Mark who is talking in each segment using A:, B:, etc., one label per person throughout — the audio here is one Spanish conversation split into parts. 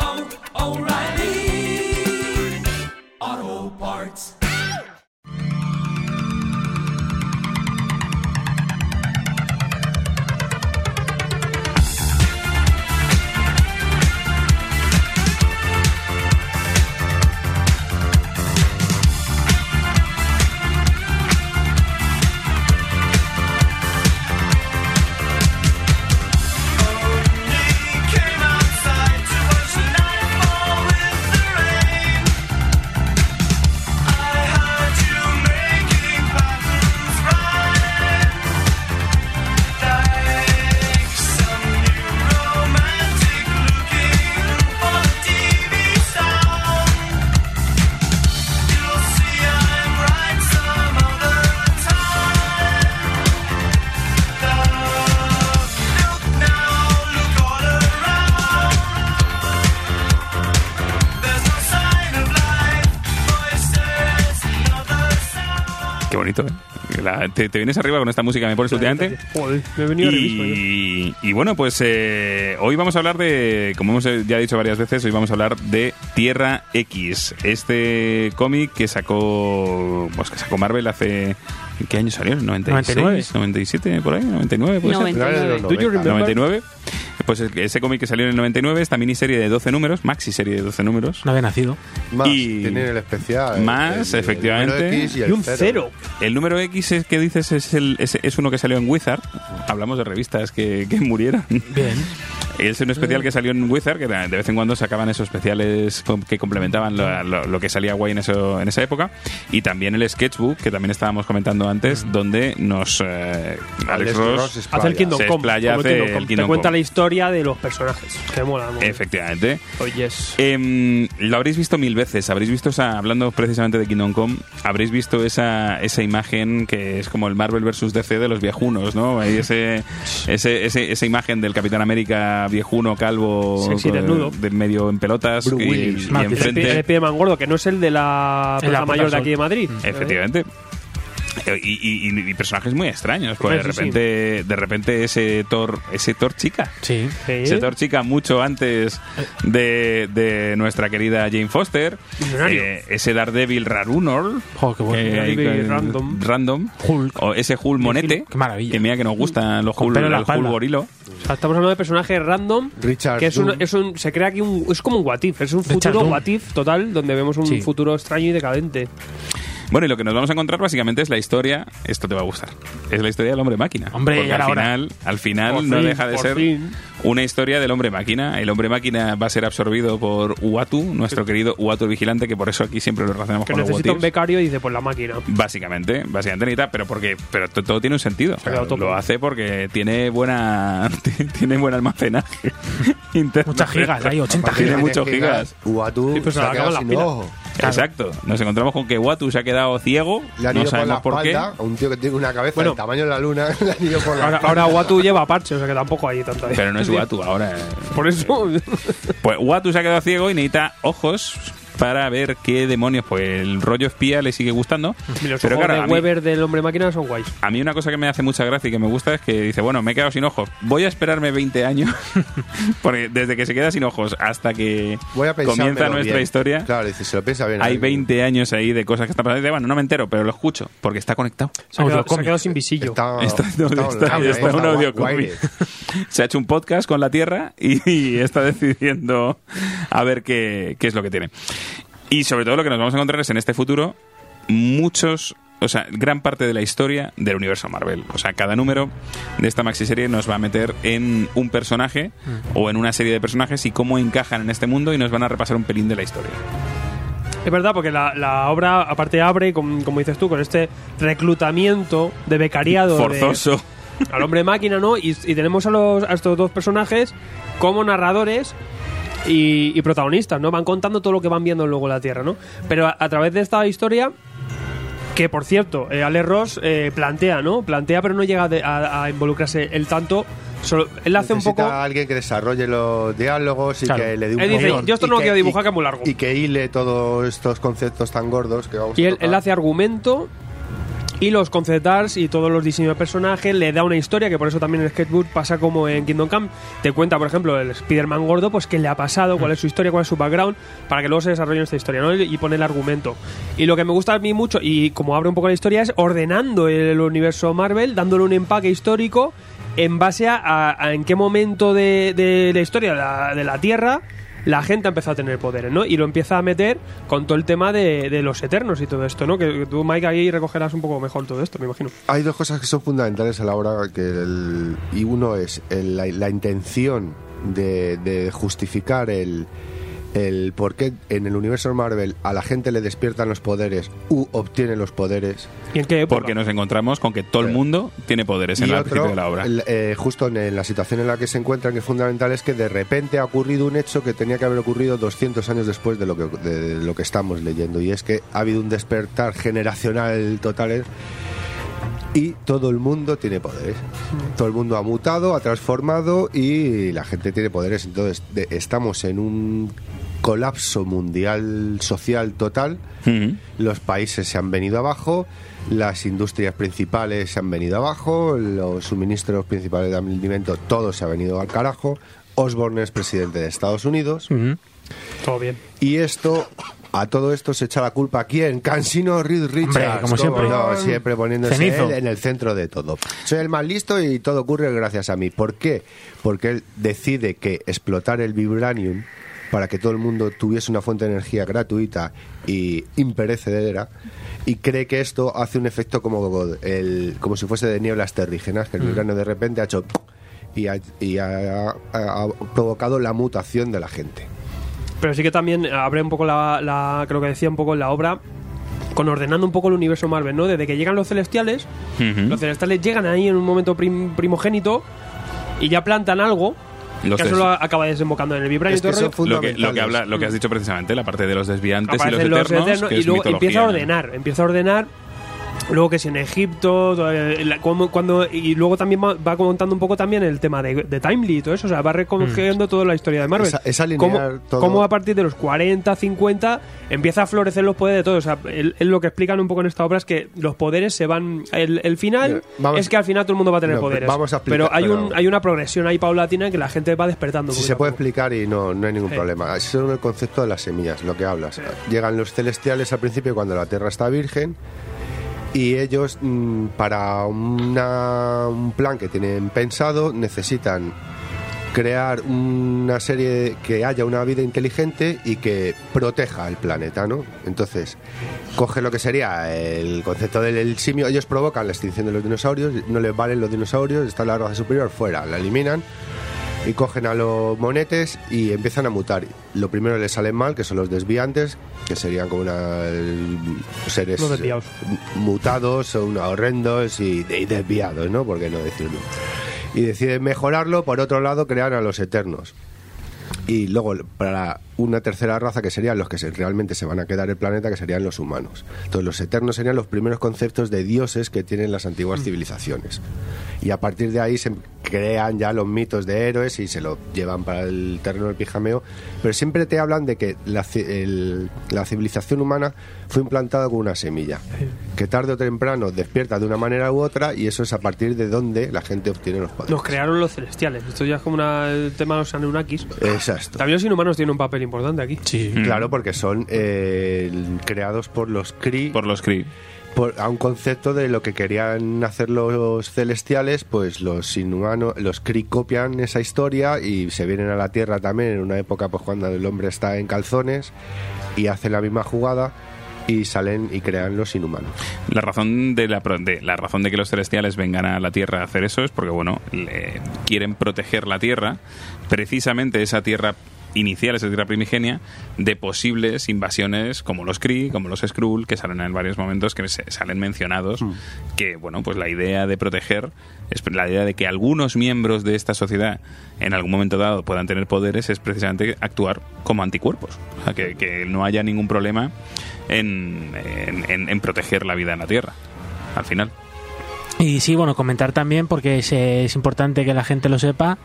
A: oh, O'Reilly. Auto Parts.
B: Came outside to watch the nightfall with the rain. I heard you making patterns rhyme, like some new romantic looking for TV sound. You'll see I'm right some other time. Look now, look all around. There's no sign of life, voices, another sound.
C: Qué bonito, ¿eh? La- te, te vienes arriba con esta música, me pones últimamente.
D: Joder, me he venido ahora mismo. yo.
C: Y, y bueno, pues eh, hoy vamos a hablar de, como hemos eh, ya dicho varias veces, hoy vamos a hablar de Tierra X, este cómic que sacó, pues, que sacó Marvel hace, ¿en qué año salió? ¿En 96,
D: 99.
C: 97 por ahí, 99 puede ser?
E: 90.
D: Do you remember?
C: 99. Pues es que ese cómic que salió en el 99, esta miniserie de 12 números, maxi serie de 12 números.
D: No había nacido.
F: Más,
C: Y-
F: tienen el especial.
C: Más,
F: el- el- el
C: efectivamente.
F: número X y,
D: Y,
F: el
D: un cero.
C: El número X es que dices es, el, es, es uno que salió en Wizard. Hablamos de revistas que, que murieron.
D: Bien.
C: Es un especial que salió en Wizard, que de vez en cuando sacaban esos especiales com- que complementaban lo, lo- lo que salía guay en, eso, en esa época. Y también el Sketchbook, que también estábamos comentando antes, donde nos... eh, Alex
F: Mm. Alex
C: Ross...
F: Ross es-
D: Hace el
F: Playa.
D: Kingdom
C: Se
D: Come.
C: explaya,
D: como
C: hace el
D: Come.
C: Kingdom
D: Te cuenta
C: Come.
D: la historia de los personajes. Que mola. mola.
C: Efectivamente.
D: Oye, es-
C: Em, lo habréis visto mil veces, habréis visto esa, hablando precisamente de Kingdom Come, habréis visto esa, esa imagen que es como el Marvel versus DC de los viejunos, ¿no? Hay ese, ese- ese- esa imagen del Capitán América viejuno, calvo,
D: Sexy,
C: con-
D: desnudo.
C: de medio en pelotas
F: Bruce
C: y,
F: Willis.
C: y
D: Más el,
C: enfrente.
D: de- el de Man Gordo, que no es el de la
E: En la
D: Plaza Mayor de
E: Plaza
D: aquí de Madrid.
C: Mm. Efectivamente. Eh, Y, y- y- y personajes muy extraños, pues de
D: Sí, sí.
C: repente, de repente ese Thor, ese Thor chica,
E: Sí.
D: Sí.
C: Se torchica mucho antes de, de nuestra querida Jane Foster.
D: Millonario.
C: Eh, ese Daredevil Rarunor.
E: Jo, qué bueno.
C: que hay
D: Daredevil
C: con-
D: random.
C: random.
E: Hulk.
C: O ese Hulk Monete.
E: Qué maravilla.
C: Que mira que nos gustan los
E: Con
C: Hulk,
E: pelo en la
C: el Hulk
E: espalda.
C: Gorilo.
D: O sea, estamos hablando de personajes random.
F: Richard
D: que es un,
F: Doom.
D: es un- se crea aquí un, es como un what if, es un
E: Richard
D: futuro
E: Doom.
D: what if total donde vemos un
E: Sí.
D: futuro extraño y decadente.
C: Bueno, y lo que nos vamos a encontrar básicamente es la historia. Esto te va a gustar. Es la historia del hombre máquina.
E: Hombre,
C: Porque
E: ya era
C: al
E: hora.
C: final, al final
D: Por
C: no
D: fin,
C: deja de
D: por
C: ser
D: fin.
C: una historia del hombre máquina. El hombre máquina va a ser absorbido por Uatu, nuestro querido Uatu el vigilante, que por eso aquí siempre lo relacionamos
D: Que
C: con los
D: necesita un
C: Uatus.
D: becario y dice, pues la máquina.
C: Básicamente, básicamente necesita, pero porque pero to- todo tiene un sentido.
D: ha quedado tope.
C: lo hace porque tiene buena tiene buen almacenaje. interno.
E: Muchas gigas, hay 80
C: Tiene
E: gigas.
C: muchos gigas.
F: Uatu
D: Sí, pues se
F: se
D: le
F: ha
D: acaban
F: quedado
D: las
F: sin
D: pilas.
F: ojo.
C: Exacto. Nos encontramos con que Watu se ha quedado ciego,
F: Le han
C: no
F: ido por la
C: sabemos por, qué.
F: espalda a un tío que tiene una cabeza
D: Bueno.
F: del tamaño de la luna. Le han ido por la
D: Ahora, ahora Watu lleva parche, o sea que tampoco hay tanta
C: Pero no es Watu ahora. eh.
D: Por eso.
C: Pues Watu se ha quedado ciego y necesita ojos para ver qué demonios. Pues el rollo espía le sigue gustando.
D: Los
C: pero
D: ojos
C: claro, a
D: de
C: mí-
D: Weber del hombre máquina son guays.
C: A mí una cosa que me hace mucha gracia y que me gusta es que dice, bueno, me he quedado sin ojos. Voy a esperarme 20 años, porque desde que se queda sin ojos hasta que
F: Voy a pensármelo
C: comienza nuestra
F: bien.
C: historia,
F: Claro, dice, se lo piensa bien.
C: hay
F: algo.
C: 20 años ahí de cosas que están pasando. Y dice, bueno, no me entero, pero lo escucho, porque está conectado.
D: Se ha quedado,
E: Audio
D: se ha
E: cómic.
D: quedado sin visillo.
F: Está,
C: Está- está-
F: online,
C: está un
F: guay-
C: audio
F: guay.
C: cómic. Se ha hecho un podcast con la Tierra y, y está decidiendo a ver qué, qué es lo que tiene. Y sobre todo lo que nos vamos a encontrar es en este futuro muchos, o sea, gran parte de la historia del universo Marvel. O sea, cada número de esta maxiserie nos va a meter en un personaje o en una serie de personajes y cómo encajan en este mundo y nos van a repasar un pelín de la historia.
D: Es verdad, porque la, la obra, aparte, abre, con- como dices tú, con este reclutamiento de becariado. de-
C: Forzoso.
D: al hombre máquina, ¿no? Y, y tenemos a, los, a estos dos personajes como narradores y, y protagonistas, ¿no? Van contando todo lo que van viendo luego en la Tierra, ¿no? Pero a, a través de esta historia, que por cierto, eh, Alex Ross eh, plantea, ¿no? Plantea, pero no llega de- a, a involucrarse el tanto Solo- él hace un
F: Necesita
D: poco.
F: alguien que desarrolle los diálogos y
E: Claro.
F: que le dé un
D: Él dice,
F: guión.
D: yo esto
F: Y
D: no lo
F: que-
D: quiero dibujar,
F: y-
D: que es muy largo.
F: Y que hile todos estos conceptos tan gordos que vamos
D: Y
F: a
D: él,
F: tocar.
D: él hace argumento y los concept arts y todos los diseños de personajes le da una historia que por eso también el sketchbook pasa como en Kingdom Come te cuenta por ejemplo el Spider-Man gordo pues qué le ha pasado cuál es su historia cuál es su background para que luego se desarrolle esta historia ¿no? y y pone el argumento y lo que me gusta a mí mucho y como abre un poco la historia es ordenando el universo Marvel dándole un empaque histórico en base a, a- a en qué momento de, de la historia de la- de la Tierra la gente ha empezado a tener poderes, ¿no? Y lo empieza a meter con todo el tema de, de los eternos y todo esto, ¿no? Que, que tú, Mike, ahí recogerás un poco mejor todo esto, me imagino.
F: Hay dos cosas que son fundamentales a la hora que el, y uno es el- la, la intención de, de justificar el, el por qué en el universo Marvel a la gente le despiertan los poderes u obtiene los poderes
D: ¿Y en qué época?
C: Porque nos encontramos con que todo el mundo tiene poderes en
F: y
C: la
F: otro
C: principio de la obra.
F: el- eh, justo en, en la situación en la que se encuentran que es fundamental es que de repente ha ocurrido un hecho que tenía que haber ocurrido 200 años después de lo que, de lo que estamos leyendo y es que ha habido un despertar generacional total ¿eh? y todo el mundo tiene poderes. Todo el mundo ha mutado, ha transformado y la gente tiene poderes. Entonces de- estamos en un colapso mundial social total.
C: Ujú.
F: Los países se han venido abajo, las industrias principales se han venido abajo, los suministros principales de alimento, todo se ha venido al carajo. Osborne es presidente de Estados Unidos.
D: Todo bien.
F: Y esto, a todo esto se echa la culpa a quién? Cansino Reed Richards.
E: como siempre.
F: no, siempre poniéndose
E: Cenizo.
F: él en el centro de todo. Soy el más listo y todo ocurre gracias a mí. ¿Por qué? Porque él decide que explotar el vibranium para que todo el mundo tuviese una fuente de energía gratuita y imperecedera y cree que esto hace un efecto como el como si fuese de nieblas terrígenas que
E: Mm.
F: el vibranium de repente ha hecho y ha- y ha- ha- ha provocado la mutación de la gente.
D: Pero sí que también abre un poco la, la- creo que decía un poco en la obra, con ordenando un poco el universo Marvel, ¿no? Desde que llegan los celestiales,
C: Ujú.
D: los celestiales llegan ahí en un momento prim- primogénito y ya plantan algo
C: Los
D: que
C: tres.
D: solo acaba desembocando en el vibrante
F: Es que
C: Lo
F: son
C: que, lo, que
F: fundamentales.
C: habla, lo que has dicho precisamente, la parte de los desviantes y los
D: Mm. aparecen
C: eternos,
D: eternos
C: que
D: y
C: es
D: luego
C: mitología,
D: empieza a
C: ¿no?
D: ordenar, empieza a ordenar. Luego que si en Egipto, todavía, eh, la- cómo- cuando, y luego también va, va comentando un poco también el tema de, de Timely y todo eso, o sea, va recogiendo
C: Mm.
D: toda la historia de Marvel.
F: Es- es alinear
D: cómo,
F: todo.
D: cómo a partir de los 40, 50 empieza a florecer los poderes de todos. O sea, el- el lo que explican un poco en esta obra es que los poderes se van... El, el final
F: Mira, vamos-
D: es que al final todo el mundo va a tener
F: No, pero
D: poderes.
F: vamos a explicar,
D: pero hay, Un,
F: pero-
D: hay una progresión ahí paulatina que la gente va despertando.
F: Si
D: poquito
F: se
D: a
F: puede
D: poco.
F: explicar y no, no hay ningún
D: Sí.
F: problema. Es solo el concepto de las semillas, lo que hablas. Llegan los celestiales al principio cuando la Tierra está virgen y ellos mm, para una- un plan que tienen pensado necesitan crear una serie que haya una vida inteligente y que proteja el planeta, ¿no? Entonces, coge lo que sería el concepto del el simio, ellos provocan la extinción de los dinosaurios, no les valen los dinosaurios, está la raza superior fuera, la eliminan y cogen a los monetes y empiezan a mutar. Lo primero les salen mal, que son los desviantes, que serían como una, seres
D: Los desviados.
F: mutados, son horrendos y, y desviados, ¿no? ¿Por qué no decirlo? Y deciden mejorarlo, por otro lado crean a los eternos. Y luego para una tercera raza que serían los que se- realmente se van a quedar el planeta, que serían los humanos. Entonces los eternos serían los primeros conceptos de dioses que tienen las antiguas civilizaciones. Y a partir de ahí se crean ya los mitos de héroes y se lo llevan para el terreno del pijameo. Pero siempre te hablan de que la, ci- el- la civilización humana fue implantada con una semilla, que tarde o temprano despierta de una manera u otra y eso es a partir de donde la gente obtiene los poderes.
D: Nos crearon los celestiales. Esto ya es como una- el tema de los Anunnakis.
F: Exacto.
D: También los inhumanos tienen un papel importante aquí.
E: Sí.
F: Claro, porque son eh, creados por los Kree
C: Por los Kree.
F: por- a un concepto de lo que querían hacer los celestiales, pues los inhumanos, los Kree copian esa historia y se vienen a la Tierra también en una época pues cuando el hombre está en calzones y hacen la misma jugada y salen y crean los inhumanos.
C: La razón de la, pro- de la razón de que los celestiales vengan a la Tierra a hacer eso es porque bueno, le- quieren proteger la Tierra, precisamente esa Tierra inicial, esa Tierra primigenia, de posibles invasiones como los Kree, como los Skrull, que salen en varios momentos que se- salen mencionados, que bueno, pues la idea de proteger es la idea de que algunos miembros de esta sociedad en algún momento dado puedan tener poderes es precisamente actuar como anticuerpos, o sea, que, que no haya ningún problema en, en- en- en proteger la vida en la Tierra, al final.
E: Y sí, bueno, comentar también, porque es, eh, es importante que la gente lo sepa,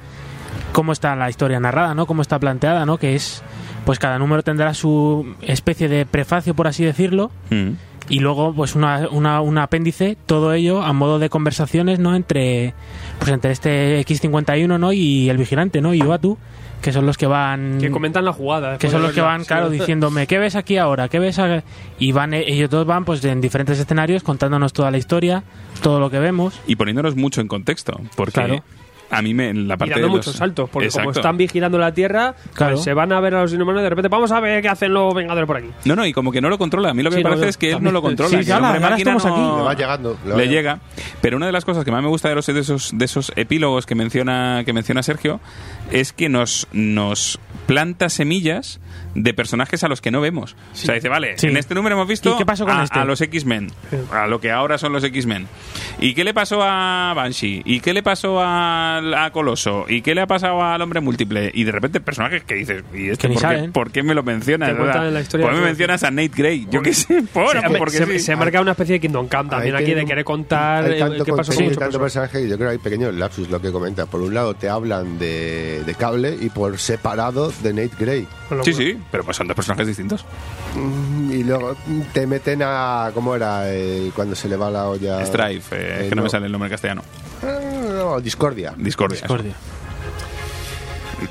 E: cómo está la historia narrada, ¿no? Cómo está planteada, ¿no? Que es, pues cada número tendrá su especie de prefacio, por así decirlo,
D: Hmm.
C: Mm.
E: y luego, pues una, una- un apéndice, todo ello a modo de conversaciones, ¿no? Entre, pues entre este X51, ¿no? Y el vigilante, ¿no? Y Uatu, que son los que van...
D: Que comentan la jugada.
E: Que son los que van,
D: Sí.
E: claro, diciéndome, ¿qué ves aquí ahora? ¿Qué ves? a-?" Y van, eh, ellos dos van, pues, en diferentes escenarios contándonos toda la historia, todo lo que vemos.
C: Y poniéndonos mucho en contexto, porque
E: Claro.
C: a mí me, en la
D: y
C: parte
D: dando
C: de los-
D: muchos saltos, porque como
C: Exacto.
D: están vigilando la Tierra, pues
E: Claro.
D: se van a ver a los inhumanos y de repente vamos a ver qué hacen los Vengadores por aquí.
C: No, no, y como que no lo controla. A mí lo que
D: Sí,
C: me
D: no,
C: parece
D: no,
C: es que él no
D: también.
C: lo controla.
E: Sí,
C: que el
E: ya la-
C: hombre
E: ya la
C: máquina
E: estamos
C: no-
E: aquí. Le
D: Ah,
F: va llegando, le
C: Le,
F: va llegando.
C: llega. Pero una de las cosas que más me gusta de, los, de, esos, de esos epílogos que menciona, que menciona Sergio es que nos, nos planta semillas de personajes a los que no vemos. O sea, dice, vale,
E: Sí.
C: en este número hemos visto
E: ¿Y qué pasó con
C: a,
E: este?
C: a los X-Men, a lo que ahora son los X-Men. ¿Y qué le pasó a Banshee? ¿Y qué le pasó al- a, Coloso? ¿Y qué le ha pasado al hombre múltiple? Y de repente personajes que dices, ¿y este
E: Que ni
C: por, qué,
E: saben.
C: por qué me lo mencionas?
D: Te cuentan
C: O sea,
D: la historia
C: ¿por
D: de
C: qué me
D: todo.
C: mencionas a Nate Gray? Yo qué sé, por,
D: se,
C: porque
D: se-
C: sí.
D: se marca una especie de Kingdom Come también
F: Ahí
D: aquí, de
F: tiene-
D: querer contar
F: hay
D: eh,
F: tanto
D: qué pasó
F: contenido
D: con
F: y
D: muchos
F: tanto
D: personajes.
F: personaje que yo creo que hay pequeños lapsus lo que comenta. Por un lado te hablan de, de cable y por separado de Nate Gray.
D: Con lo
C: Sí,
D: cual-
C: sí, pero pues son dos personajes distintos.
F: Mm, Y luego mm, te meten a. ¿Cómo era? El- cuando se le va la olla.
C: Strife, eh,
F: Eh,
C: es que no, me sale el nombre en castellano.
F: Ah, no, Discordia.
C: Discordia.
E: Discordia.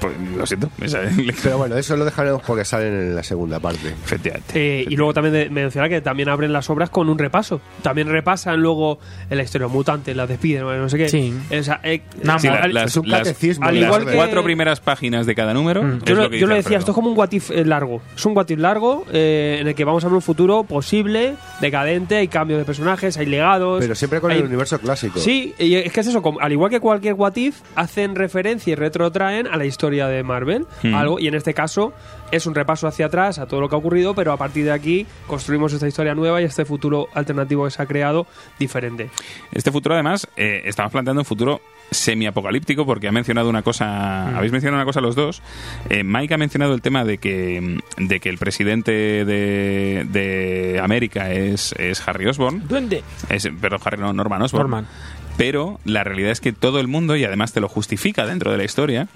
C: Pues, lo siento, me sale-
F: Pero bueno, eso lo dejaremos porque salen en la segunda parte.
C: Efectivamente.
D: Eh, y luego también de- mencionar que también abren las obras con un repaso. También repasan luego el exterior mutante, las despiden, no sé qué.
E: Sí.
D: O sea, eh,
E: Nada
C: Sí,
E: más.
C: la-
E: Al-
C: las,
F: es un
C: las-
F: catecismo,
C: al
D: ¿no?
C: igual
D: Las
C: que- cuatro primeras páginas de cada número.
E: Mm.
C: es
D: Yo,
C: lo,
D: lo,
C: que dice
D: yo lo decía,
C: Alfredo.
D: esto es como un what if, eh, largo. Es un what if largo eh, en el que vamos a ver un futuro posible, decadente, hay cambios de personajes, hay legados.
F: Pero siempre con el
D: hay-
F: universo clásico.
D: Sí, y es que es eso, como- al igual que cualquier What If, hacen referencia y retrotraen a la historia de Marvel.
C: Mm.
D: Algo, y en este caso es un repaso hacia atrás a todo lo que ha ocurrido, pero a partir de aquí construimos esta historia nueva y este futuro alternativo que se ha creado diferente.
C: Este futuro, además, eh, estamos planteando un futuro semiapocalíptico porque ha mencionado una cosa,
D: Mm.
C: habéis mencionado una cosa los dos. Eh, Mike ha mencionado el tema de que, mm, de que el presidente de, de América es, es Harry Osborn.
E: ¿Dónde?
C: Es, perdón, Harry, no, Norman Osborn.
E: Norman.
C: Pero la realidad es que todo el mundo, y además te lo justifica dentro de la historia,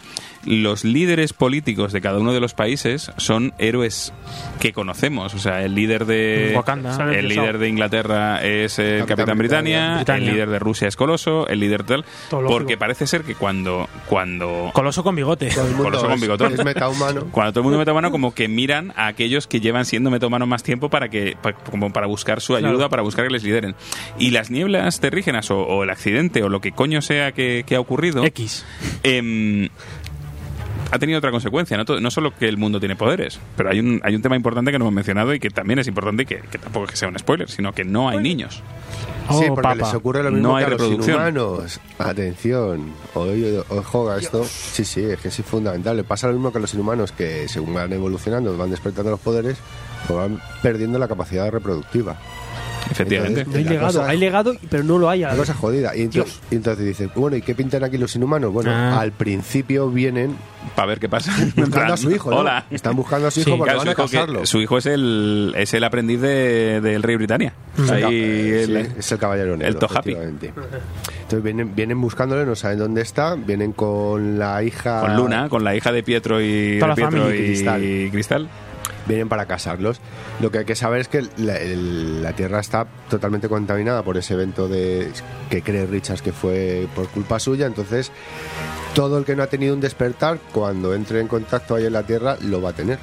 C: los líderes políticos de cada uno de los países son héroes que conocemos. O sea, el líder de.
E: Wakanda.
D: Se han
C: El
D: empezado.
C: líder de Inglaterra es el
F: Capitán
C: Capitán Britannia,
E: Britannia.
C: el líder de Rusia es Coloso, el líder tal.
D: Todo lógico.
C: Porque parece ser que cuando. cuando
E: Coloso con bigote.
F: Todo el mundo
C: Coloso con
F: es-
C: bigotón.
F: Es metahumano.
C: cuando todo el mundo metomano, como que miran a aquellos que llevan siendo metomanos más tiempo para que pa- como para buscar su ayuda,
D: Claro.
C: para buscar que les lideren. Y las nieblas terrígenas o, o el accidente o lo que coño sea que, que ha ocurrido
E: X.
C: em, ha tenido otra consecuencia, no, To- no solo que el mundo tiene poderes, pero hay un, hay un tema importante que no hemos mencionado y que también es importante y que, que tampoco es que sea un spoiler, sino que no hay niños.
E: Oh,
F: sí, porque
E: papa.
F: les ocurre lo mismo
C: No hay
F: que a los
C: reproducción.
F: inhumanos. Atención, hoy juega esto. Sí, sí, es que es fundamental. Le pasa lo mismo que a los inhumanos, que según van evolucionando, van despertando los poderes, pues van perdiendo la capacidad reproductiva.
C: Efectivamente.
D: No hay
F: Entonces, la
D: legado,
F: cosa-
D: hay legado, pero no lo hay. a la
F: La
D: vez.
F: cosa jodida. Y entonces, y entonces dices, bueno, ¿y qué pintan aquí los inhumanos? Bueno,
E: Ah.
F: al principio vienen
C: Para ver qué pasa. En plan,
F: buscando a su hijo, ¿no?
C: Hola.
F: Están buscando a su
E: Sí,
F: hijo porque
C: Claro,
F: van a
C: su, hijo que-
F: casarlo.
C: su hijo es el, es el aprendiz de- del rey Britannia. Ahí
F: Eh, sí,
C: el-
F: es el caballero negro.
C: el Tojapi.
F: efectivamente. Entonces vienen, vienen buscándole, no saben dónde está, vienen con la hija...
C: con Luna, con la hija de Pietro y,
E: Toda la
C: de Pietro
E: familia.
C: y-
F: Cristal.
C: y Cristal.
F: Vienen para casarlos. Lo que hay que saber es que la, el- la Tierra está totalmente contaminada por ese evento de que cree Richards que fue por culpa suya, entonces todo el que no ha tenido un despertar, cuando entre en contacto ahí en la Tierra, lo va a tener.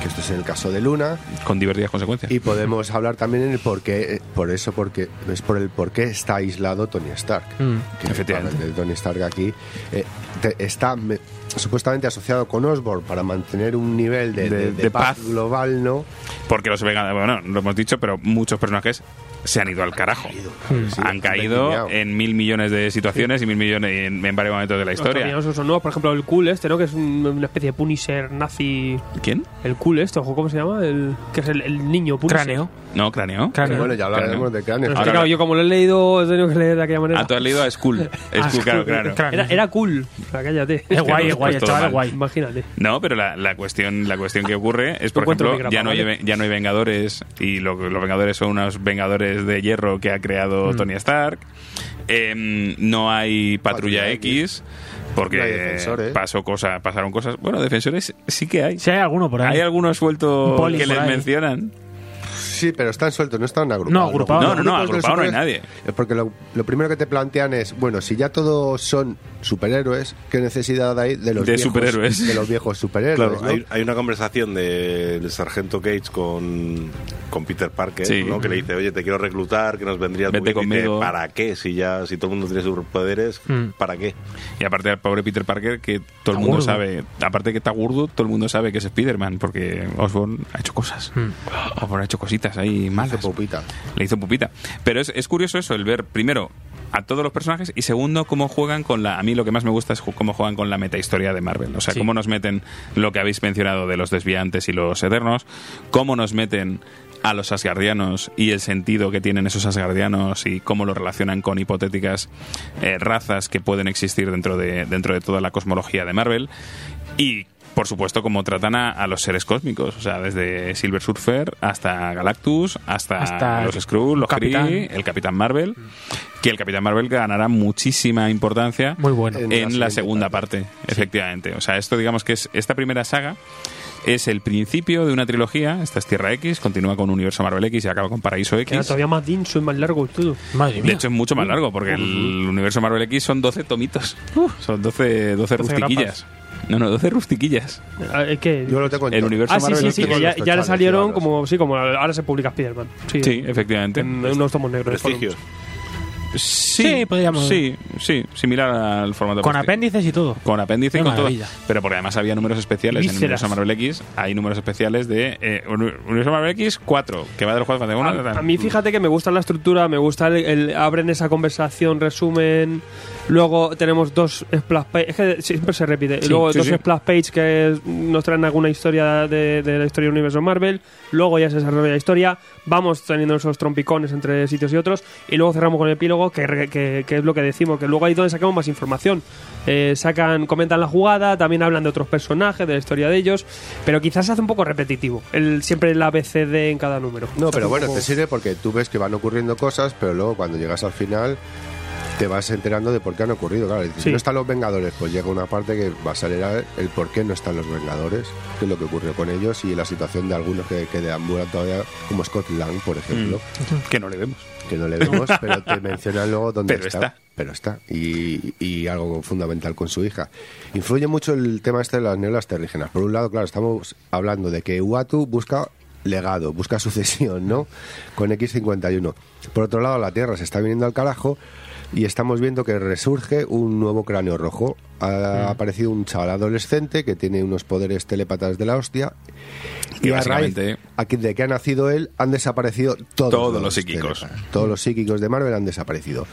F: Que esto es en el caso de Luna.
C: con divertidas consecuencias.
F: Y podemos hablar también en el por qué, eh, por eso, porque es por el por qué está aislado Tony Stark.
E: Mm.
F: Que
C: Efectivamente.
F: hablan de Tony Stark aquí eh, te- está me- supuestamente asociado con Osborn para mantener un nivel de,
C: De-
F: de- de
C: de
F: paz,
C: paz.
F: global, ¿no?
C: Porque los veganos, bueno, lo hemos dicho, pero muchos personajes se han ido al carajo.
F: Sí,
C: Han
F: vendimiado.
C: caído en mil millones de situaciones y mil millones en, en varios momentos de la
D: Los
C: historia.
D: trampianos esos son nuevos, por ejemplo, el Cool este, ¿no? Que es un- una especie de Punisher nazi.
C: ¿Quién?
D: El Cool Pool, esto, ¿cómo se llama? El, que es el, el niño Pool.
E: Cráneo.
C: No, cráneo.
F: Pero
E: cráneo.
F: bueno, ya hablaremos
C: Cráneo.
F: de
D: Pero
F: cráneos.
D: es que,
C: Ahora
D: claro,
C: lo-
D: yo como lo he leído, he tenido que leer de aquella manera.
C: Ah, tú has leído a Skull.
E: Ah,
C: Skull, claro, claro.
E: cráneo.
D: Era, era cool. O sea, cállate.
E: Es guay,
C: no,
E: es guay,
C: pues
E: el
C: todo
E: chaval
C: mal.
E: es guay.
D: Imagínate.
C: No, pero la, la cuestión la cuestión que ocurre es, por
D: encuentro
C: ejemplo,
D: mi grapa,
C: ya no, hay,
D: ¿vale?
C: ya no hay Vengadores y lo- los Vengadores son unos Vengadores de hierro que ha creado
E: Mm.
C: Tony Stark. Em, no hay Patrulla,
F: Patrulla
C: X,
F: X.
C: porque
F: No hay Defensores.
C: pasó cosa, pasaron cosas. Bueno, defensores sí que hay.
E: Si hay alguno por ahí.
C: Hay algunos sueltos
E: Un poli
C: que
E: por
C: les
E: ahí.
C: mencionan.
F: Sí, pero están sueltos, no están agrupados.
E: No, agrupados
C: No, no, no,
F: Grupos de
C: agrupado no hay
F: superhéroes-
C: nadie.
F: Eh, Porque lo, lo primero que te plantean es, bueno, si ya todos son superhéroes, ¿qué necesidad hay de los
C: De
F: viejos,
C: superhéroes.
F: De los viejos superhéroes.
G: Claro,
F: ¿no?
G: hay, hay una conversación del sargento Gates con, con Peter Parker,
C: Sí.
G: ¿no? Que le dice, oye, te quiero reclutar, que nos vendrías muy
C: Vete
G: bien". Y dice,
C: conmigo.
G: ¿Para qué? Si ya, si todo el mundo tiene superpoderes,
E: Mm.
G: ¿para qué?
C: Y aparte al pobre Peter Parker, que todo el mundo
E: gordo.
C: sabe, aparte que está gordo, todo el mundo sabe que es Spider-Man, porque Osborn ha hecho cosas.
E: Hmm,
C: Osborn ha hecho cositas ahí
F: Hace
C: malas.
F: popita.
C: Le hizo pupita. Pero es, es curioso eso, el ver primero a todos los personajes y segundo cómo juegan con la... A mí lo que más me gusta es ju- cómo juegan con la metahistoria de Marvel. O sea,
E: Sí.
C: cómo nos meten lo que habéis mencionado de los desviantes y los eternos, cómo nos meten a los asgardianos y el sentido que tienen esos asgardianos y cómo lo relacionan con hipotéticas eh, razas que pueden existir dentro de, dentro de toda la cosmología de Marvel y por supuesto como tratan a, a los seres cósmicos, o sea, desde Silver Surfer hasta Galactus, hasta,
E: Hasta
C: los Skrull, los
E: Capitán.
C: Kree, el Capitán Marvel, que el Capitán Marvel ganará muchísima importancia
E: Muy bueno.
F: Eh,
C: en,
F: En la
C: la,
F: siguiente
C: segunda parte, efectivamente. O sea, esto digamos que es esta primera saga es el principio de una trilogía, esta es Tierra X, continúa con Universo Marvel X y acaba con Paraíso X.
D: Era todavía más denso y más largo y todo.
E: Madre
C: De
E: mía.
C: hecho, es mucho más largo, porque el universo Marvel X son 12 tomitos. Son 12, 12 rustiquillas. No, no, 12 rustiquillas.
D: Ah, Es que...
F: Yo lo tengo en
C: El
F: to-
C: universo
D: Ah, sí,
C: Marvel
D: sí,
C: X-
D: sí,
F: tengo
D: que ya,
F: los
D: ya le
F: tochales,
D: salieron
F: claro.
D: como... Sí, como ahora se publica Spider-Man. Sí,
C: Sí, efectivamente.
D: En unos tomos negros.
G: Prestigio.
E: Sí, podríamos-
C: Sí, sí, similar al formato
E: Con
C: prestigio.
E: apéndices y todo.
C: Con apéndice y
E: Qué
C: con todo.
E: maravilla.
C: Pero porque además había números especiales en
D: Vísceras.
C: Universo Marvel X. Hay números especiales de eh, Uni- Universo Marvel X 4, que va de los Juegos de 1
D: A, a mí fíjate que me gusta la estructura, me gusta el, el- abren esa conversación, resumen, luego tenemos dos splash page, es que siempre se repite,
C: Sí,
D: luego
C: sí,
D: dos
C: sí.
D: splash page que es- nos traen alguna historia de, de la historia del universo Marvel, luego ya se desarrolla la historia, vamos teniendo esos trompicones entre sitios y otros y luego cerramos con el epílogo que, re- que- que es lo que decimos, que luego ahí es donde sacamos más información, Eh, sacan, comentan la jugada, también hablan de otros personajes, de la historia de ellos, pero quizás se hace un poco repetitivo, el, siempre el ABCD en cada número.
F: No, pero
D: Un
F: bueno,
D: poco-
F: te sirve porque tú ves que van ocurriendo cosas, pero luego cuando llegas al final te vas enterando de por qué han ocurrido. Claro, dices,
D: Sí.
F: no están los Vengadores, pues llega una parte que va a salir a ver el por qué no están los Vengadores, qué es lo que ocurrió con ellos y la situación de algunos que, que deambulan todavía, como Scott Lang, por ejemplo,
C: que no le vemos.
F: que no le vemos, pero te mencionan luego dónde
C: Pero
F: está.
C: está.
F: Pero está. Y, y algo fundamental con su hija. Influye mucho el tema este de las neulas terrígenas. Por un lado, claro, estamos hablando de que Uatu busca legado, busca sucesión, ¿no? Con X51. Por otro lado, la Tierra se está viniendo al carajo y estamos viendo que resurge un nuevo cráneo rojo.
C: Mm.
F: Ha aparecido un chaval adolescente que tiene unos poderes telépatas de la hostia.
C: Que
F: y a raíz
C: básicamente-
F: a que- de que ha nacido él han desaparecido todos,
C: Todos los psíquicos.
F: telépatas. Todos los psíquicos de Marvel han desaparecido.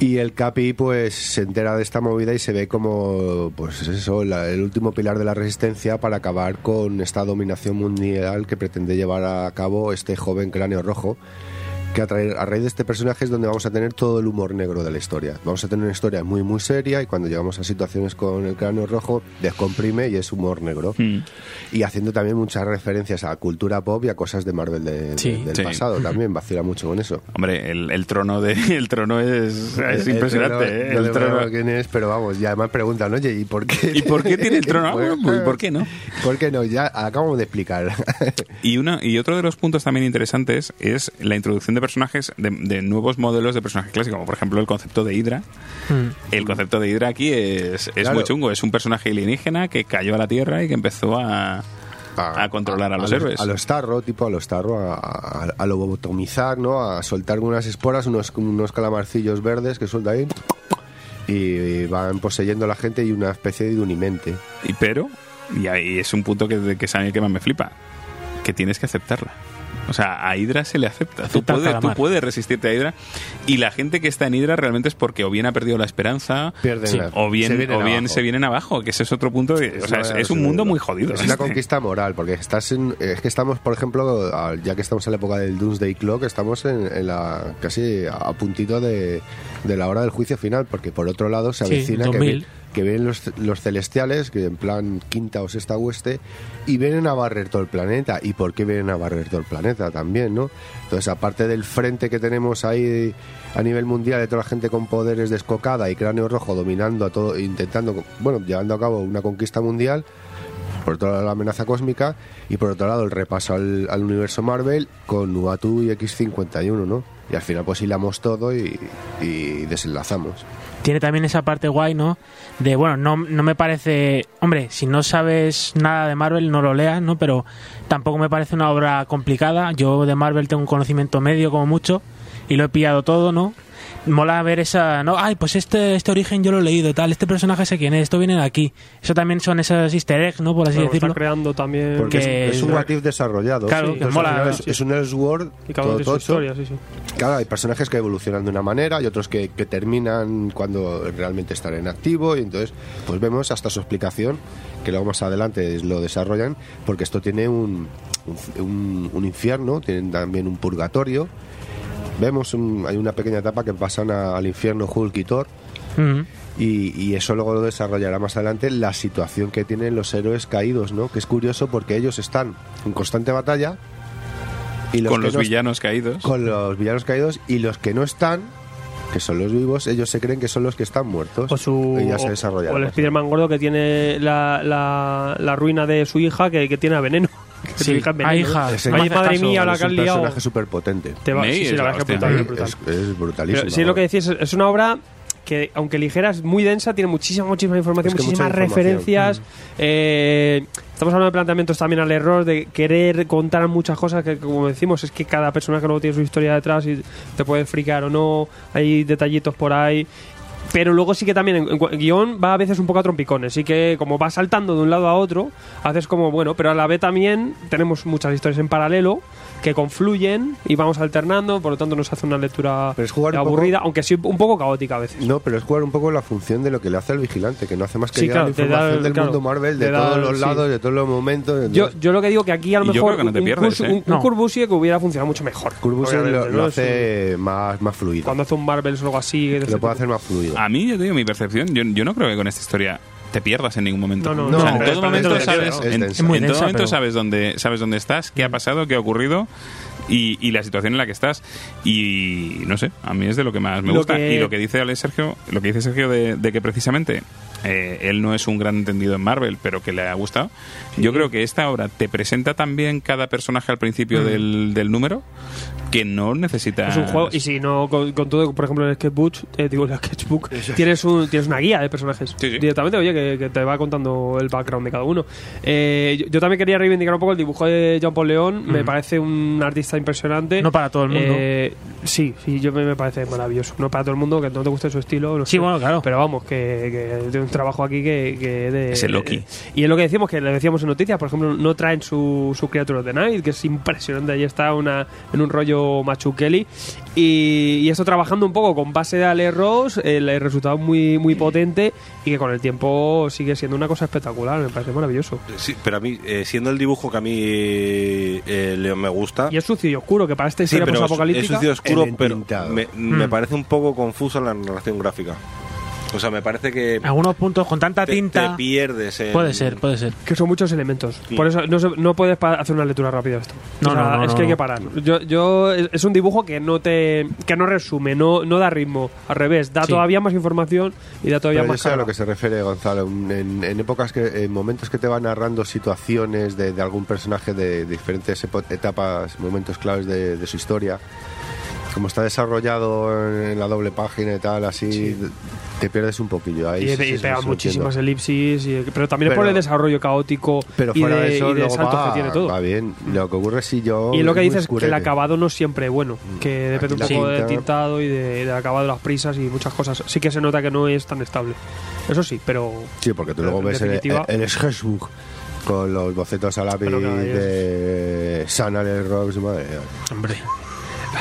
F: Y el Capi pues se entera de esta movida y se ve como pues eso, la- el último pilar de la resistencia para acabar con esta dominación mundial que pretende llevar a cabo este joven cráneo rojo. Que a, traer- a raíz de este personaje es donde vamos a tener todo el humor negro de la historia. Vamos a tener una historia muy muy seria y cuando llegamos a situaciones con el cráneo rojo descomprime y es humor negro. Y haciendo también muchas referencias a cultura pop y a cosas de Marvel de- de-
E: Sí.
F: del
C: Sí.
F: pasado. También vacila mucho con eso.
C: Hombre, el, el trono de el trono es, es
F: El- el
C: impresionante.
F: trono,
C: ¿eh?
F: no
C: El
F: le
C: trono.
F: veo quién es, pero vamos, y además preguntan, oye, ¿y por qué?
C: ¿Y por qué tiene el trono? Ah, bueno, pues, ¿por qué no?
F: ¿Por qué no? Ya acabamos de explicar.
C: Y, una, y otro de los puntos también interesantes es la introducción de personajes, de, de nuevos modelos de personajes clásicos, como por ejemplo el concepto de Hydra. El concepto de Hydra aquí es, es
F: Claro.
C: muy chungo, es un personaje alienígena que cayó a la Tierra y que empezó a, a controlar a, los héroes.
F: A los tarro, tipo a los tarro, a, a, a lobotomizar, ¿no? A soltar unas esporas, unos, unos calamarcillos verdes que suelta ahí. Y van poseyendo a la gente y una especie de unimente.
C: Y pero, y ahí es un punto que, que es a mí el que más me flipa, que tienes que aceptarla. O sea, a Hydra se le acepta. Tú
E: Acepta al
C: puedes, tú
E: calamar.
C: puedes resistirte a Hydra. Y la gente que está en Hydra realmente es porque o bien ha perdido la esperanza,
F: Pierden
E: Sí.
F: la-
C: o bien se vienen, o bien
F: abajo.
C: se vienen abajo, que ese es otro punto. que- Eh, o sea, es, es un mundo muy jodido.
F: Es una
C: este.
F: conquista moral, porque estás en- es que estamos, por ejemplo, a- ya que estamos en la época del Doomsday Clock, estamos en, en la casi a puntito de, de la hora del juicio final, porque por otro lado se
E: Sí,
F: avecina que,
E: 2000.
F: vi- que vienen los, los celestiales, que en plan quinta o sexta hueste, y vienen a barrer todo el planeta. ¿Y por qué vienen a barrer todo el planeta también, no? Entonces, aparte del frente que tenemos ahí a nivel mundial de toda la gente con poderes descocada y cráneo rojo dominando a todo, intentando, bueno, llevando a cabo una conquista mundial, por otro lado la amenaza cósmica y por otro lado el repaso al, al universo Marvel con Uatu y X51, ¿no? Y al final pues hilamos todo y, y desenlazamos.
E: tiene también esa parte guay, ¿no? De, bueno, no, no me parece... Hombre, si no sabes nada de Marvel, no lo leas, ¿no? Pero tampoco me parece una obra complicada. Yo de Marvel tengo un conocimiento medio como mucho y lo he pillado todo, ¿no? Mola ver esa, ¿no? Ay, pues este, este origen yo lo he leído, tal, este personaje sé quién es, esto viene de aquí. Eso también son esas easter eggs, ¿no? Por así
D: Bueno, está
E: decirlo.
D: creando también.
F: Porque
E: Que-
F: es, es un what if desarrollado.
E: Claro,
F: Entonces,
E: que mola,
F: al final
E: sí.
F: Es, es un Elseworld
D: y cada uno tiene su
F: todo tocho.
D: historia, sí, sí.
F: Claro, hay personajes que evolucionan de una manera y otros que, que terminan cuando realmente están en activo y entonces pues vemos hasta su explicación que luego más adelante lo desarrollan porque esto tiene un, un- un- un infierno, tienen también un purgatorio. Vemos, un- hay una pequeña etapa que pasan a- al infierno Hulk y Thor
E: Ujú.
F: y, y eso luego lo desarrollará más adelante la situación que tienen los héroes caídos, ¿no? Que es curioso porque ellos están en constante batalla
C: con
F: y que
C: los
F: no están-
C: villanos caídos.
F: con los villanos caídos y los que no están, que son los vivos, ellos se creen que son los que están muertos.
D: O, su,
F: y ya se
D: o-
F: desarrollará
D: o el
F: más.
D: Spider-Man gordo que tiene la, la, la ruina de su hija que, que tiene a veneno. Que
E: Sí.
D: su hija es veneno.
E: Ay, hija,
F: Ese-
D: Oye,
E: no haces
D: madre
E: caso,
D: mía, la
F: es
D: que has
F: un
D: liado.
F: personaje súper potente.
D: Te va,
C: May
D: sí, sí,
C: es
D: la
C: la
D: verdad es que es
C: hostia.
D: brutal,
F: Es,
D: es brutal.
F: es brutalísimo.
D: Pero sí, lo que
F: vamos.
D: decís es- es una obra que, aunque ligera, es muy densa, tiene muchísima, muchísima información,
F: Es que
D: muchísimas
F: mucha información.
D: referencias. Eh, estamos hablando de planteamientos también al error, de querer contar muchas cosas que, como decimos, es que cada personaje luego tiene su historia detrás y te puede fricar o no, hay detallitos por ahí. Pero luego sí que también en, en cua- guión va a veces un poco a trompicones. Sí que como va saltando de un lado a otro, haces como bueno, pero a la vez también tenemos muchas historias en paralelo que confluyen y vamos alternando, por lo tanto nos hace una lectura
F: Pero es jugar un poco-
D: aburrida, aunque sí un poco caótica a veces.
F: No, pero es jugar un poco la función de lo que le hace al vigilante, que no hace más que
D: Sí,
F: llegar
D: claro, te
F: la
D: da
F: información
D: el-
F: del
D: claro,
F: mundo Marvel, de
D: te da
F: todos
D: el-
F: los
D: sí.
F: lados, de todos los momentos.
D: Yo, yo lo que digo que aquí a lo
C: Y yo
D: mejor
C: creo que no te
D: un,
C: pierdes,
D: Curs-
C: ¿eh?
D: un- un
E: No.
D: Curbusier que hubiera funcionado mucho mejor.
F: Curbus lo,
D: obviamente,
F: lo
D: ¿no?
F: hace más, más fluido.
D: Es un- cuando hace un Marvel o algo así. de este
F: lo puede
D: tipo.
F: hacer más fluido.
C: A mí, yo te digo, mi percepción, yo, yo no creo que con esta historia te pierdas en ningún momento.
D: No, no,
C: O sea,
E: no.
C: en
E: Pero
C: todo
E: es-
C: momento
F: pero es-
C: sabes,
F: es
C: en,
F: densa.
E: Es muy
C: en todo
E: densa,
C: momento
E: pero-
C: sabes dónde sabes dónde estás,
D: Mm.
C: qué ha pasado, qué ha ocurrido y, y la situación en la que estás. Y no sé, a mí es de lo que más me
D: Lo
C: gusta.
D: que-
C: Y lo que dice Ale Sergio, lo que dice Sergio de, de que precisamente eh, él no es un gran entendido en Marvel, pero que le ha gustado. Yo creo que esta obra te presenta también cada personaje al principio del, del número que no necesita.
D: Mm.
E: Ah,
D: Es un juego, y si no, con, con todo, por ejemplo, en el sketchbook, eh, digo, en el sketchbook, tienes, un, tienes una guía de personajes.
C: Sí, sí.
D: Directamente, oye, que, que te va contando el background de cada uno. Eh, yo, yo también quería reivindicar un poco el dibujo de Jean Paul León, me parece un artista impresionante.
E: No para todo el mundo.
D: Eh, sí, sí, yo me, me parece maravilloso. No para todo el mundo, que no te guste su estilo. no
E: Sí,
D: sé.
E: bueno, claro.
D: Pero vamos, que, que de un trabajo aquí que, que de...
C: Es el Loki.
D: Y es lo que decimos, que le decíamos en noticias, por ejemplo, no traen su, su Creature of the Night, que es impresionante, ahí está una, en un rollo Machu Kelly. Y, y esto trabajando un poco con base de Ale Ross, el, el resultado muy, muy potente y que con el tiempo sigue siendo una cosa espectacular, me parece maravilloso.
G: Sí, pero a mí, eh, siendo el dibujo que a mí eh, eh, León me gusta.
D: Y es sucio y oscuro, que para este esta
G: Sí,
D: historia
G: pero es- es
D: posapocalíptica...
G: sucio oscuro,
F: el
G: pero
F: entintado.
G: me, me parece un poco confuso la narración gráfica. O sea, me parece que
E: Algunos puntos con tanta
G: te, te
E: tinta...
G: pierdes. en-
E: Puede ser, puede ser.
D: Que son muchos elementos. Por eso no, se- no puedes pa- hacer una lectura rápida de esto.
E: No, no, no,
D: Es
E: no,
D: que hay
E: no.
D: que parar. Yo, yo, es es un dibujo que no te que no resume, no, no da ritmo. Al revés, da
E: Sí.
D: todavía más información y da todavía
F: Pero yo
D: más
F: sé a
D: carga.
F: lo que se refiere Gonzalo. En, en épocas que, en momentos que te va narrando situaciones de, de algún personaje de diferentes epo- etapas, momentos claves de, de su historia, como está desarrollado en, en la doble página y tal, así te pierdes un poquillo. Ahí
D: Y,
F: sí,
D: y
F: sí, sí,
D: pega
F: sí, lo
D: muchísimas
F: entiendo.
D: elipsis, y- pero también es por
F: Pero-
D: el desarrollo caótico
F: Pero
D: y
F: fuera
D: de,
F: de eso,
D: y de
F: luego
D: saltos
F: va,
D: que tiene todo.
F: va bien. Lo que ocurre si yo.
D: Y lo que
F: es muy
D: dices que el
F: oscurete. Mm.
D: acabado no es siempre bueno, que depende un
F: la
D: poco del
F: tinta.
D: tintado y de- del acabado de las prisas y muchas cosas. Sí que se nota que no es tan estable. Eso sí, pero
F: Sí, porque tú
D: Pero
F: luego
D: en
F: ves el,
D: definitiva-
F: el, el sketchbook con los bocetos a lápiz
D: Pero cada día
F: de San Alex Rocks, madre mía.
E: Hombre.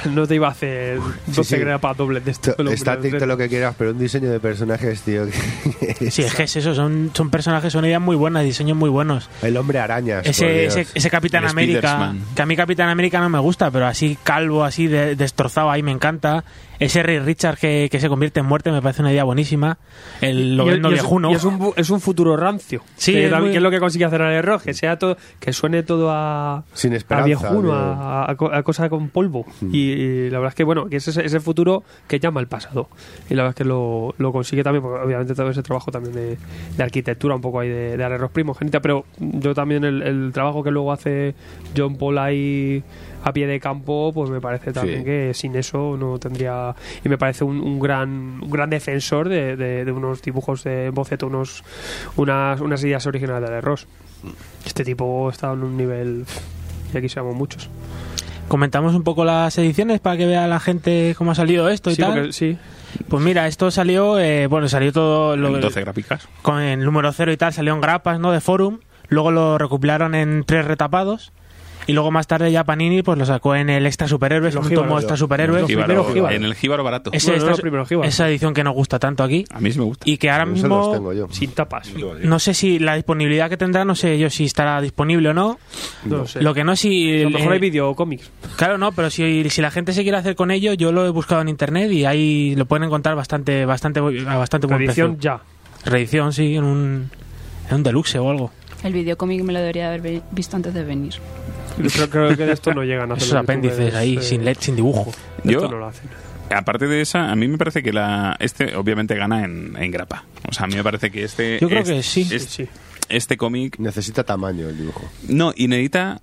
D: No te iba a hacer 12
F: sí.
D: grapas dobles de esto.
F: Esto- Static, todo lo que quieras, pero un diseño de personajes, tío. que-
E: Sí, es que es eso, son, son personajes, son ideas muy buenas, diseños muy buenos.
F: El hombre araña.
E: Ese, ese, ese Capitán
C: El
E: América,
C: Spidersman.
E: que a mí Capitán América no me gusta, pero así calvo, así de- destrozado, ahí me encanta. Ese Ray Richard que, que se convierte en muerte me parece una idea buenísima. El
D: Y-
E: logrando
D: y es-
E: viejuno.
D: y es un, bu- es un futuro rancio.
E: Sí,
D: que,
E: es
D: también-
E: muy-
D: que es lo que consigue hacer el error, que sea todo, que suene todo a
F: Sin
D: a
F: esperanza,
D: viejuno,
F: tío.
D: a, a co- a cosa con polvo. Y, y la verdad es que bueno, que es ese, ese futuro que llama el pasado. Y la verdad es que lo, lo consigue también, porque obviamente todo ese trabajo también de, de arquitectura, un poco ahí de, de Arreros primogénita, pero yo también el, el trabajo que luego hace John Paul ahí a pie de campo, pues me parece también
F: Sí.
D: que sin eso no tendría y me parece un, un gran un gran defensor de, de- de unos dibujos de boceto, unos unas, unas ideas originales de Ross. Este tipo está en un nivel y aquí seamos muchos.
E: Comentamos un poco las ediciones para que vea la gente cómo ha salido esto y
D: Sí,
E: tal.
D: porque- sí.
E: Pues mira, esto salió, eh, bueno, salió todo lo,
C: 12 gráficas.
E: con el número cero y tal, salió en grapas, ¿no? De forum. Luego lo recopilaron en tres retapados. Y luego más tarde ya Panini pues lo sacó en el Extra Superhéroes,
D: Los
E: un
D: Jíbaros.
E: tomo Extra Superhéroes.
D: Los
C: Jíbaro-
D: primeros Jíbaro.
C: En el jíbaro barato.
E: Ese
D: Bueno, no
E: Extra-
D: los primeros Jíbaros.
E: esa edición que nos gusta tanto aquí.
C: A mí sí me gusta.
E: Y que ahora
F: Esos los
E: mismo...
F: tengo yo.
D: Sin tapas.
E: No sé si la disponibilidad que tendrá, no sé yo si estará disponible o no.
D: No lo sé.
E: Lo que no, si...
D: a lo mejor
E: eh,
D: hay videocómics.
E: Claro, no, pero si, si la gente se quiere hacer con ello, yo lo he buscado en internet y ahí lo pueden encontrar bastante, bastante, bu- a bastante buen
D: Edición
E: precio.
D: ya.
E: Reedición, sí, en un, en un deluxe o algo.
H: El videocómic me lo debería haber vi- visto antes de venir.
D: Yo creo, creo que de esto no llegan a hacer
E: Esos
D: lo que tú
E: apéndices
D: ves,
E: ahí,
D: eh,
E: sin LED, sin dibujo.
D: de
C: Yo-
D: esto no lo hacen.
C: Aparte de esa, a mí me parece que la este obviamente gana en, en grapa. O sea, a mí me parece que este
E: Yo creo
C: este-
E: que sí.
C: este-
D: Sí, sí.
C: Este cómic
F: Necesita tamaño el dibujo.
C: no y necesita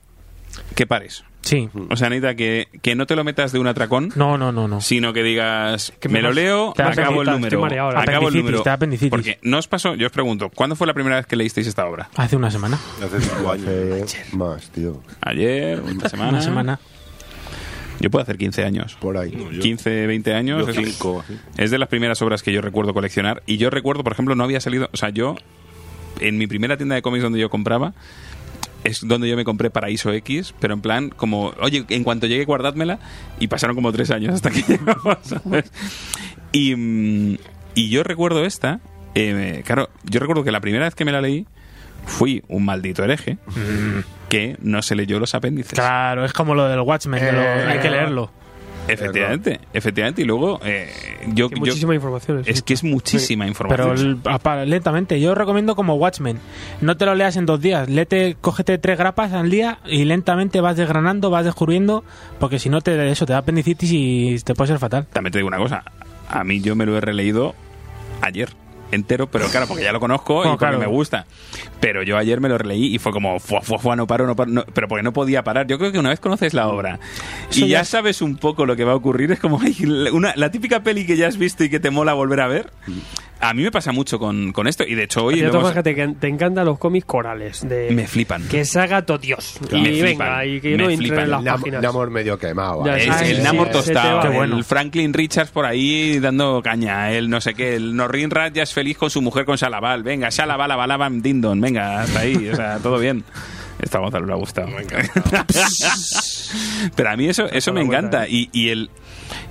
C: que pares.
E: Sí.
C: O sea, necesita que, que no te lo metas de un atracón,
E: No, no, no, no.
C: sino que digas
D: Que
C: me,
D: me
C: lo
D: vas-
C: leo,
E: te vas a
C: acabo el
D: agitar,
C: número.
D: estoy mareado ahora.
C: Acabo el
E: Apendicitis,
C: número.
E: te da apendicitis.
C: Porque no os pasó, yo os pregunto, ¿cuándo fue la primera vez que leísteis esta obra?
E: Hace una semana.
G: Hace cinco años.
F: Eh, más, tío.
C: Ayer, esta semana.
E: Una semana.
C: Yo puedo hacer 15 años.
F: Por ahí.
G: Yo-
C: 15, 20 años.
G: yo
C: es-
G: cinco, así.
C: Es de las primeras obras que yo recuerdo coleccionar. Y yo recuerdo, por ejemplo, no había salido. O sea, yo. En mi primera tienda de cómics donde yo compraba. Es donde yo me compré Paraíso X. Pero en plan, como. Oye, en cuanto llegue, guardádmela. Y pasaron como tres años hasta que llegamos. ¿sabes? Y, mm, y yo recuerdo esta. eh, claro, yo recuerdo que la primera vez que me la leí. Fui un maldito hereje. Que no se leyó los apéndices.
E: Claro, es como lo del Watchmen, que lo-
F: Eh,
E: hay que leerlo.
C: Efectivamente, efectivamente. Y luego, eh, yo,
D: Que
C: yo-
D: muchísima información. sí.
C: es que es muchísima
E: Pero
C: información.
E: el- apa- lentamente, yo recomiendo como Watchmen. No te lo leas en dos días. Lete, cógete tres grapas al día y lentamente vas desgranando, vas descubriendo, porque si no te eso te da apendicitis y te puede ser fatal.
C: También te digo una cosa, a mí yo me lo he releído ayer entero, pero claro, porque ya lo conozco y
E: Bueno,
C: porque
E: claro.
C: me gusta. Pero yo ayer me lo releí y fue como, fuá, fuá, fuá, no paro, no paro, no- pero porque no podía parar. Yo creo que una vez conoces la obra y
E: Eso ya
C: ya
E: es-
C: sabes un poco lo que va a ocurrir, es como ay, la- una, la típica peli que ya has visto y que te mola volver a ver. A mí me pasa mucho con, con esto y de hecho hoy
D: Oye,
C: lo hemos-
D: que te, te encantan los cómics corales. De,
C: me flipan.
D: Que se haga todo Dios.
C: Claro. Me
D: Y venga,
C: flipan,
D: y que
C: me
D: no entren
C: flipan.
D: en las
F: Nam-
D: páginas.
F: Namor medio quemado. ¿eh?
D: Ya,
F: ahí.
C: Es
D: Ah,
C: el
D: sí,
C: Namor
D: sí,
C: tostado,
D: se te va.
C: el Franklin Richards por ahí dando caña, el no sé qué, el Norrin Rat ya es feliz con su mujer con Salaval, venga, Salaval, Balabam, Dindon, venga, hasta ahí, o sea, todo bien. Esta Gonzalo le ha gustado. Pero a mí eso, eso me
D: la vuelta, eh.
C: encanta. Y, y el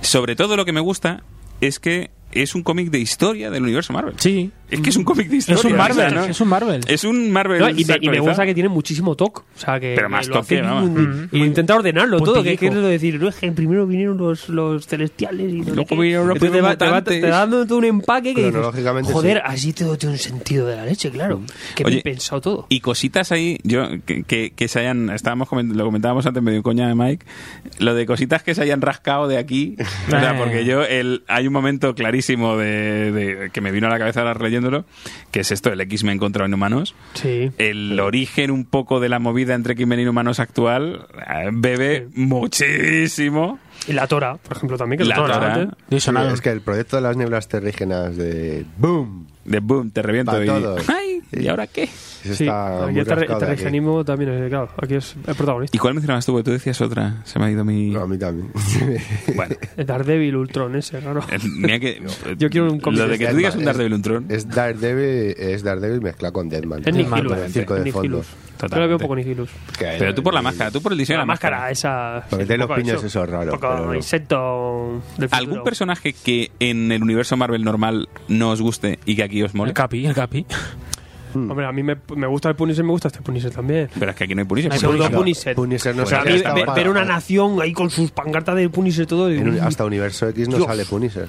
C: sobre todo lo que me gusta es que es un cómic de historia del universo Marvel.
E: Sí.
C: Es que es un cómic de historia.
E: Es un Marvel,
C: o sea, ¿no?
E: es un Marvel.
C: Es un Marvel.
D: No, y, me, y me
C: actualizado.
D: gusta que tiene muchísimo toque. O sea, que
C: Pero
D: que
C: más
D: lo
C: toque,
D: hacen
C: vamos.
D: un- y intenta ordenarlo todo. Que
E: Puntillico.
D: quiero decir, no, es que primero vinieron los, los celestiales y no sé
C: Luego
D: qué.
C: vinieron los
D: Entonces te va, te va-
C: mutantes.
D: te va dando todo un empaque que dices,
F: Cronológicamente,
D: joder,
F: sí.
D: así todo tiene un sentido de la leche, claro. Que
C: Oye,
D: bien pensado todo.
C: Y cositas ahí, yo que, que, que se hayan, estábamos coment- lo comentábamos antes medio coña de Mike, lo de cositas que se hayan rascado de aquí, o sea,
E: Eh.
C: porque yo el, hay un momento clarísimo de, de- que me vino a la cabeza ahora leyéndolo, que es esto, el X-Men contra inhumanos.
D: Sí.
C: El origen un poco de la movida entre X-Men y inhumanos actual eh, bebe muchísimo
D: Y la Tora, por ejemplo, también. Que
C: la
D: lo
C: Tora.
D: tocaron antes.
E: Yo he sonado.
F: Es que el proyecto de las nieblas terrígenas de Boom
C: de boom, te reviento
F: Pa'
C: y.
F: todos.
C: ¡Ay! ¿Y ahora qué?
F: Eso
D: Sí,
F: está
D: aquí
F: muy
D: el terre-
F: rascado de aquí.
D: terregianismo también es, claro, aquí es el protagonista.
C: ¿Y cuál mencionabas tú? Porque Tú decías otra. Se me ha ido mi.
F: No, a mí también.
C: Bueno.
D: El Daredevil Ultron ese, claro.
C: Eh, mira que- eh,
D: Yo quiero un cómic
C: Lo de
D: de
C: que tú
F: Deadman.
C: digas un Daredevil un tron.
F: Es Daredevil, es Daredevil mezclado con Deadman.
D: Es Nick
F: Con
D: Hilus.
F: el circo de
D: Nick
F: fondo.
D: Hilus. Yo lo veo un poco Nihilus.
F: Que-
C: Pero tú por la máscara, tú por el diseño de
D: La
C: la máscara.
D: máscara esa...
F: Porque tiene
D: un
F: los
D: poco
F: piños
D: eso,
F: esos raros,
D: un poco
F: pero no.
D: insecto del
C: ¿Algún
D: futuro.
C: personaje que en el universo Marvel normal no os guste y que aquí os mole?
E: El Capi, el Capi.
D: Hombre, a mí me, me gusta el Punisher, me gusta este Punisher también.
C: Pero es que aquí no hay Punisher.
D: Hay
C: Pero
D: pseudo
C: bueno,
D: Punisher.
F: Punisher no
D: O sea, a
F: sé,
D: mí
F: hasta
D: ve-
F: para-
D: ver una nación ahí con sus pancartas de Punisher y todo. y-
F: en un- hasta Universo X no
D: Dios.
F: sale Punisher.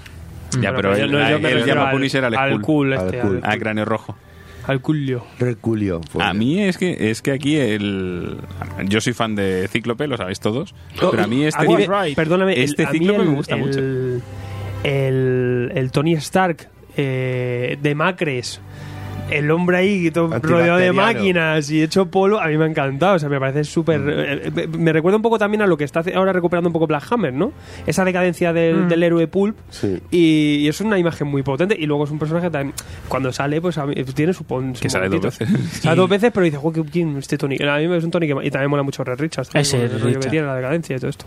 C: Ya, pero
D: yo
C: él,
D: no- yo me
C: él
D: refiero
C: llama Punisher al,
D: al
C: Skull.
D: cool
F: Al
D: este,
F: cool.
D: al,
C: Ah, cráneo rojo.
D: al culio.
F: Reculio. pues.
C: A mí es que es que aquí el yo soy fan de Cíclope, lo sabéis todos,
E: Oh,
C: pero a mí este
D: A mí
C: nivel-
D: me- perdóname, el-
C: este
D: a mí
C: Cíclope
D: el-
C: me gusta
D: el-
C: mucho.
D: El, el Tony Stark eh, de Macres, el hombre ahí todo rodeado de
F: Antibacteriano.
D: máquinas y hecho polo, a mí me ha encantado. O sea, me parece súper.
C: Mm.
D: eh, eh, me recuerda un poco también a lo que está hace- ahora recuperando un poco Black Hammer, ¿no? Esa decadencia
C: Mm.
D: del, del héroe Pulp.
F: Sí.
D: Y, y es una imagen muy potente. Y luego es un personaje también. Cuando sale, pues a mí- tiene su pon. su
C: que sale dos
D: momentito.
C: veces.
D: Sale dos veces, pero dice, "Jo, que- ¿quién este Tony? A mí es un Tony que. Y también mola mucho Red Richards. también,
E: Ese
D: con el rollo que
E: Richards.
D: tiene, la decadencia y todo esto.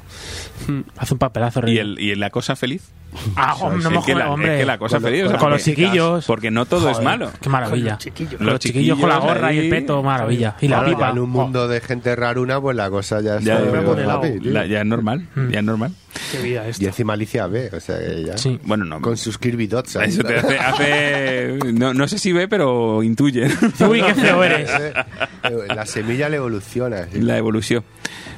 E: Hace un papelazo.
C: Y
E: horrible.
C: el y la cosa feliz.
E: Ah, jo, no me
C: es, que
E: jodas,
C: la,
E: hombre.
C: es que la cosa
E: Con los-
C: feliz, o sea,
E: con los
C: porque-
E: chiquillos.
C: porque no todo es
E: Joder,
C: malo.
E: Qué maravilla.
D: Los chiquillos.
E: Los chiquillos con la gorra y el
C: ahí-
E: peto, maravilla. Y la
F: Claro, ya
E: pipa.
F: en un mundo de gente raruna, pues la cosa
C: Ya,
F: ya está.
C: ya,
F: muy
D: me pone
F: guapi,
D: helado.
F: tío.
C: la- ya es normal,
D: Mm.
C: ya es normal.
D: Qué vida esto.
F: Y encima Alicia B, o sea que ya.
E: Sí.
C: Bueno, no.
F: Con sus Kirby Dots. ¿sabes?
C: Eso te hace, hace- no, no sé si ve, pero intuye
E: Uy, qué feo eres.
F: La semilla le evoluciona. sí.
C: la evolución.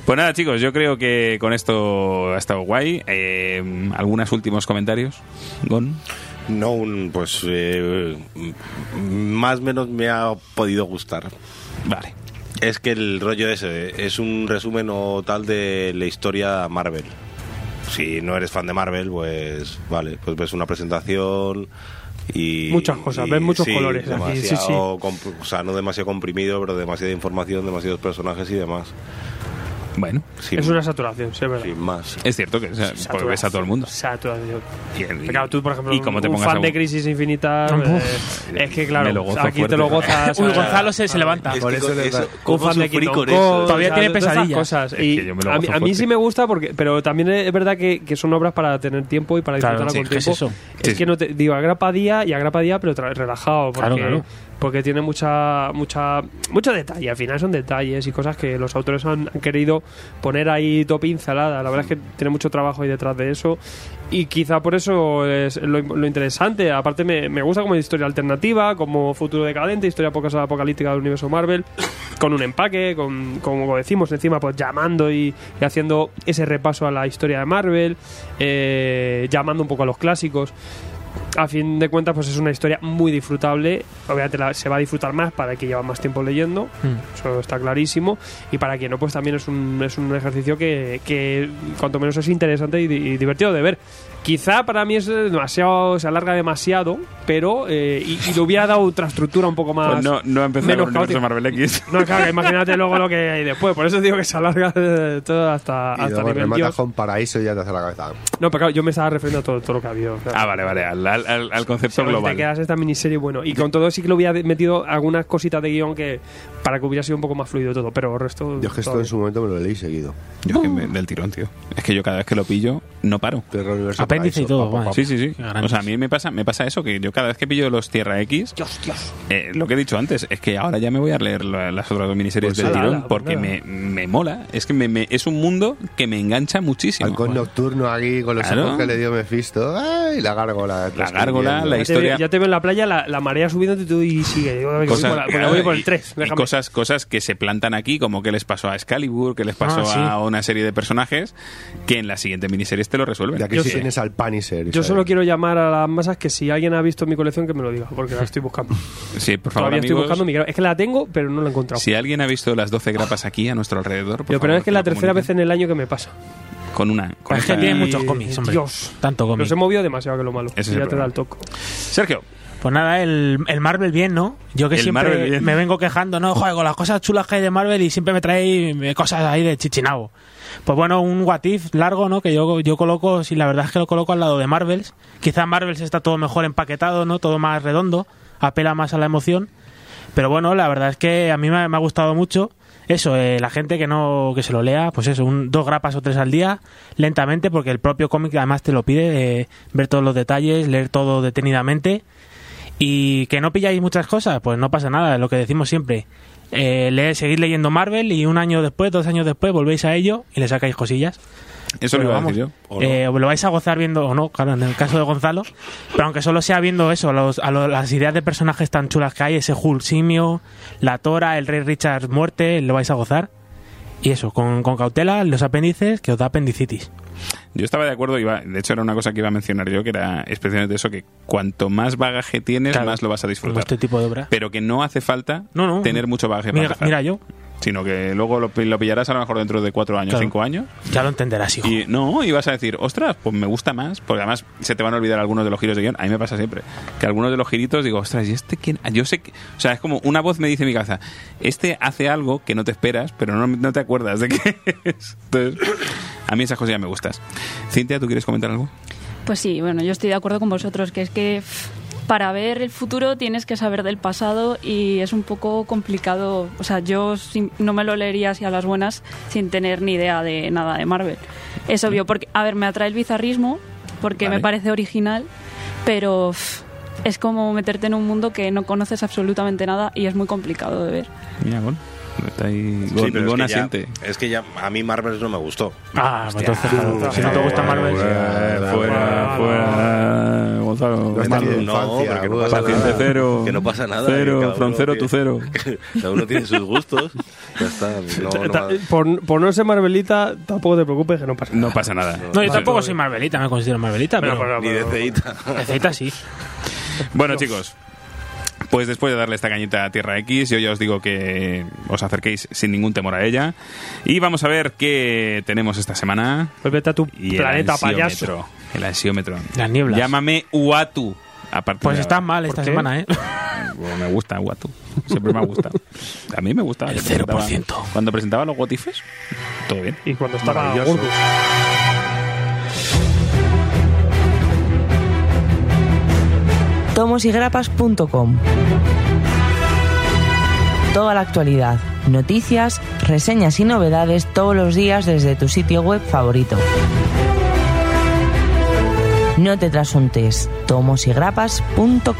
C: Pues nada, chicos, yo creo que con esto ha estado guay. Eh, algunos últimos comentarios, Gon.
G: No, un, pues eh, m- más o menos me ha podido gustar.
C: Vale.
G: Es que el rollo ese es un resumen o tal de la historia Marvel. Si no eres fan de Marvel, pues vale, pues ves una presentación y...
D: Muchas cosas, ves muchos colores aquí, sí, sí.
G: demasiado comp- O sea, no demasiado comprimido, pero demasiada información, demasiados personajes y demás.
C: Bueno,
G: Sin-
D: es una saturación, sí, es verdad.
G: sin más.
C: es cierto que o sea,
D: Saturación.
C: porque ves a todo el mundo.
D: Saturación.
C: Y, y-
D: Pero claro, tú, por ejemplo,
C: y como te
D: un
C: pongas
D: fan
C: a-
D: de Crisis Infinita, eh, es que
C: Me lo
D: claro,
C: gozo
D: aquí
C: fuerte.
D: te lo gozas.
E: Uy,
D: o sea,
E: Gonzalo se, se levanta.
G: Es que
F: Por eso
G: con
F: le da-
D: un
G: ¿cómo
D: fan de
G: sufrí
D: Kingdom
G: con
D: Come,
G: eso?
D: o
E: Todavía
D: sea,
E: tiene
D: todas esas
E: pesadillas.
D: Cosas.
C: Es
D: Y
C: que yo me lo
D: a, mí,
C: gozo
D: a mí sí
C: fuerte.
D: me gusta, porque, pero también es verdad que, que son obras para tener tiempo y para
E: Claro,
D: disfrutarla
E: sí,
D: con
E: ¿qué es
D: tiempo.
E: eso?
D: Es
C: Sí.
D: que no te digo agrapa día y agrapa día, pero tra- relajado. Porque,
E: Claro, claro.
D: porque tiene mucha, mucha, mucho detalle. Al final son detalles y cosas que los autores han, han querido poner ahí todo pincelada. La verdad es que tiene mucho trabajo ahí detrás de eso. Y quizá por eso es lo, lo interesante. Aparte, me, me gusta como historia alternativa, como futuro decadente, historia poco apocalíptica del universo Marvel, con un empaque, con, como decimos encima, pues llamando y, y haciendo ese repaso a la historia de Marvel, eh, llamando un poco a los clásicos a fin de cuentas, pues es una historia muy disfrutable. Obviamente la- se va a disfrutar más para el que lleva más tiempo leyendo,
E: Mm.
D: eso está clarísimo. Y para quien no, pues también es un, es un ejercicio que, que cuanto menos es interesante y, di- y divertido de ver. Quizá para mí es demasiado, se alarga demasiado, pero eh, y, y le hubiera dado otra estructura un poco más.
C: Pues no, no ha empezado
D: menos
C: con el universo
D: caótico.
C: Marvel X.
D: No, claro, que imagínate luego lo que hay después. Por eso digo que se alarga eh, todo hasta,
F: Y
D: hasta
F: luego
D: nivel
F: rematas
D: Dios.
F: con paraíso y ya te hace la cabeza.
D: No, pero claro, yo me estaba refiriendo a todo, todo lo que había. claro.
C: Ah, vale, vale, al, al- al- al concepto
D: Pero
C: global.
D: Te quedas esta miniserie, bueno. Y con todo sí que le hubiera metido algunas cositas de guión que para que hubiera sido un poco más fluido todo, pero el resto...
F: Yo es que esto
D: todo
F: en su momento me lo leí seguido.
C: Yo es que me- del tirón, tío. Es que yo cada vez que lo pillo, no paro.
F: Tierra, universo,
E: Apéndice y
F: paraíso,
E: todo,
F: pa, pa,
E: vale.
F: pa.
C: Sí, sí, sí.
E: Qué grandes.
C: O sea, a mí me pasa, me pasa eso, que yo cada vez que pillo los Tierra X, eh, lo que he dicho antes, es que ahora ya me voy a leer la- las otras dos miniseries
F: Pues
C: del
F: ala,
C: tirón,
D: ala, pues
C: porque
D: nada.
C: me, me mola. Es que me, me- es un mundo que me engancha muchísimo.
F: Halcón nocturno aquí con los
C: Claro.
F: ojos que le dio Mephisto. ¡Ay! La gárgola.
C: La gárgola, la
D: Ya te,
C: historia-
D: veo, ya te veo en la playa, la, la marea subiendo y tú y sigue. Yo voy
C: Cosas-
D: por la- por la- voy por
C: y-
D: el 3.
C: y cosas, cosas que se plantan aquí, como que les pasó a Excalibur, que les pasó
E: Ah, sí.
C: a una serie de personajes, que en la siguiente miniserie te lo resuelven.
F: Y aquí
D: Yo
F: sí
D: sé.
F: tienes al Punisher.
D: Yo
F: ¿sabes?
D: solo quiero llamar a las masas que si alguien ha visto mi colección que me lo diga, porque la estoy buscando.
C: Sí, por favor,
D: Todavía estoy
C: amigos,
D: buscando mi gra- Es que la tengo, pero no la he encontrado.
C: Si alguien ha visto las 12 grapas aquí a nuestro alrededor, por
D: Yo, pero
C: favor,
D: es que es la
C: lo
D: tercera vez
C: comuniquen.
D: en el año que me pasa.
C: Con una. Con
E: Es que
C: esta-
E: tiene muchos cómics, hombre.
D: Dios.
E: Tanto cómic.
D: Los he movido demasiado que lo malo.
C: Ese es
D: y
C: el
D: ya te
C: problema.
D: da el toque.
C: Sergio,
E: Pues nada, el, el Marvel bien, ¿no? Yo que
C: El Marvel
E: siempre
C: bien.
E: me vengo quejando, ¿no? Joder, con las cosas chulas que hay de Marvel y siempre me trae eh, cosas ahí de chichinabo. Pues bueno, un What If largo, ¿no? Que yo, yo coloco, si la verdad es que lo coloco al lado de Marvels. Quizás Marvels está todo mejor empaquetado, ¿no? Todo más redondo. apela más a la emoción. Pero bueno, la verdad es que a mí me ha, me ha gustado mucho eso, eh, la gente que no que se lo lea, pues eso, un, dos grapas o tres al día, lentamente, porque el propio cómic además te lo pide, eh, ver todos los detalles, leer todo detenidamente. Y que no pilláis muchas cosas, pues no pasa nada, lo que decimos siempre. Eh, leer, seguid leyendo Marvel y un año después, dos años después, volvéis a ello y le sacáis cosillas.
C: Eso lo
E: Pero
C: iba a
E: vamos,
C: decir yo.
G: ¿O no?
E: eh, lo vais a gozar viendo, o no, claro, en el caso de Gonzalo, pero aunque solo sea viendo eso, los- a lo- las ideas de personajes tan chulas que hay, ese Hulk simio, la Tora, el Rey Richard muerte, lo vais a gozar. Y eso, con, con cautela, los apéndices, que os da apendicitis.
C: Yo estaba de acuerdo, iba, de hecho era una cosa que iba a mencionar yo, que era especialmente eso, que cuanto más bagaje tienes,
E: Claro.
C: más lo vas a
E: Como
C: disfrutar.
E: este tipo de obra.
C: Pero que no hace falta
E: No, no.
C: tener mucho bagaje para
E: Mira,
C: empezar.
E: mira yo,
C: Sino que luego lo, pi- lo pillarás a lo mejor dentro de cuatro años,
E: Claro.
C: cinco años,
E: ya lo entenderás, hijo.
C: Y no, y vas a decir, ostras, pues me gusta más, porque además se te van a olvidar algunos de los giros de guión. A mí me pasa siempre que algunos de los giritos digo, ostras, ¿y este quién? Yo sé que. O sea, es como una voz me dice en mi cabeza, este hace algo que no te esperas, pero no, no te acuerdas de qué es. Entonces, a mí esas cosas ya me gustas. Cintia, ¿tú quieres comentar algo?
H: Pues sí, bueno, yo estoy de acuerdo con vosotros, que es que pff, para ver el futuro tienes que saber del pasado y es un poco complicado. O sea, yo sin- no me lo leería así a las buenas sin tener ni idea de nada de Marvel. Es obvio, porque, a ver, me atrae el bizarrismo, porque
C: Vale.
H: me parece original, pero pff, es como meterte en un mundo que no conoces absolutamente nada y es muy complicado de ver.
C: Mira, Gon. Está ahí.
G: Sí,
C: Gon,
G: pero
C: Gon
G: es, que
C: asiente.
G: ya, es que ya a mí Marvel no me gustó.
E: Ah, pues entonces, claro, si no te gusta Marvel,
C: Fuera, fuera, fuera. Gonzalo.
F: No está bien. infancia,
G: porque
F: bueno,
C: Paciente
G: nada.
C: cero.
G: Que no pasa nada. eh, que cada
C: Cero,
G: uno
C: from cero to
G: tiene-
C: cero.
G: Cada uno tiene sus gustos. Ya está. No, no
D: Ta-
G: me-
D: por, por no ser Marvelita, tampoco te preocupes que no pasa nada.
C: No pasa nada.
E: No, yo tampoco soy Marvelita, me considero Marvelita, pues pero,
D: Bueno,
G: ni de ceita.
E: Zeta sí.
C: Bueno, chicos. Pues después de darle esta cañita a Tierra X, yo ya os digo que os acerquéis sin ningún temor a ella. Y vamos a ver qué tenemos esta semana.
D: Vuelvete Pues a tu
C: Y
D: planeta
C: el
D: payaso.
C: ansiómetro. El ansiómetro.
E: Las nieblas.
C: Llámame Uatu. Aparte
E: Pues estás mal esta
D: qué?
E: semana, ¿eh?
C: Pues me gusta Uatu. Siempre me ha gustado. A mí me gusta.
E: El 0%.
C: Cuando presentaba los Gotifes, todo bien.
D: Y cuando estaba
F: Maravilloso.
D: gordo.
I: tomosygrapas.com. Toda la actualidad, noticias, reseñas y novedades todos los días desde tu sitio web favorito. No te trasuntes, tomosygrapas.com.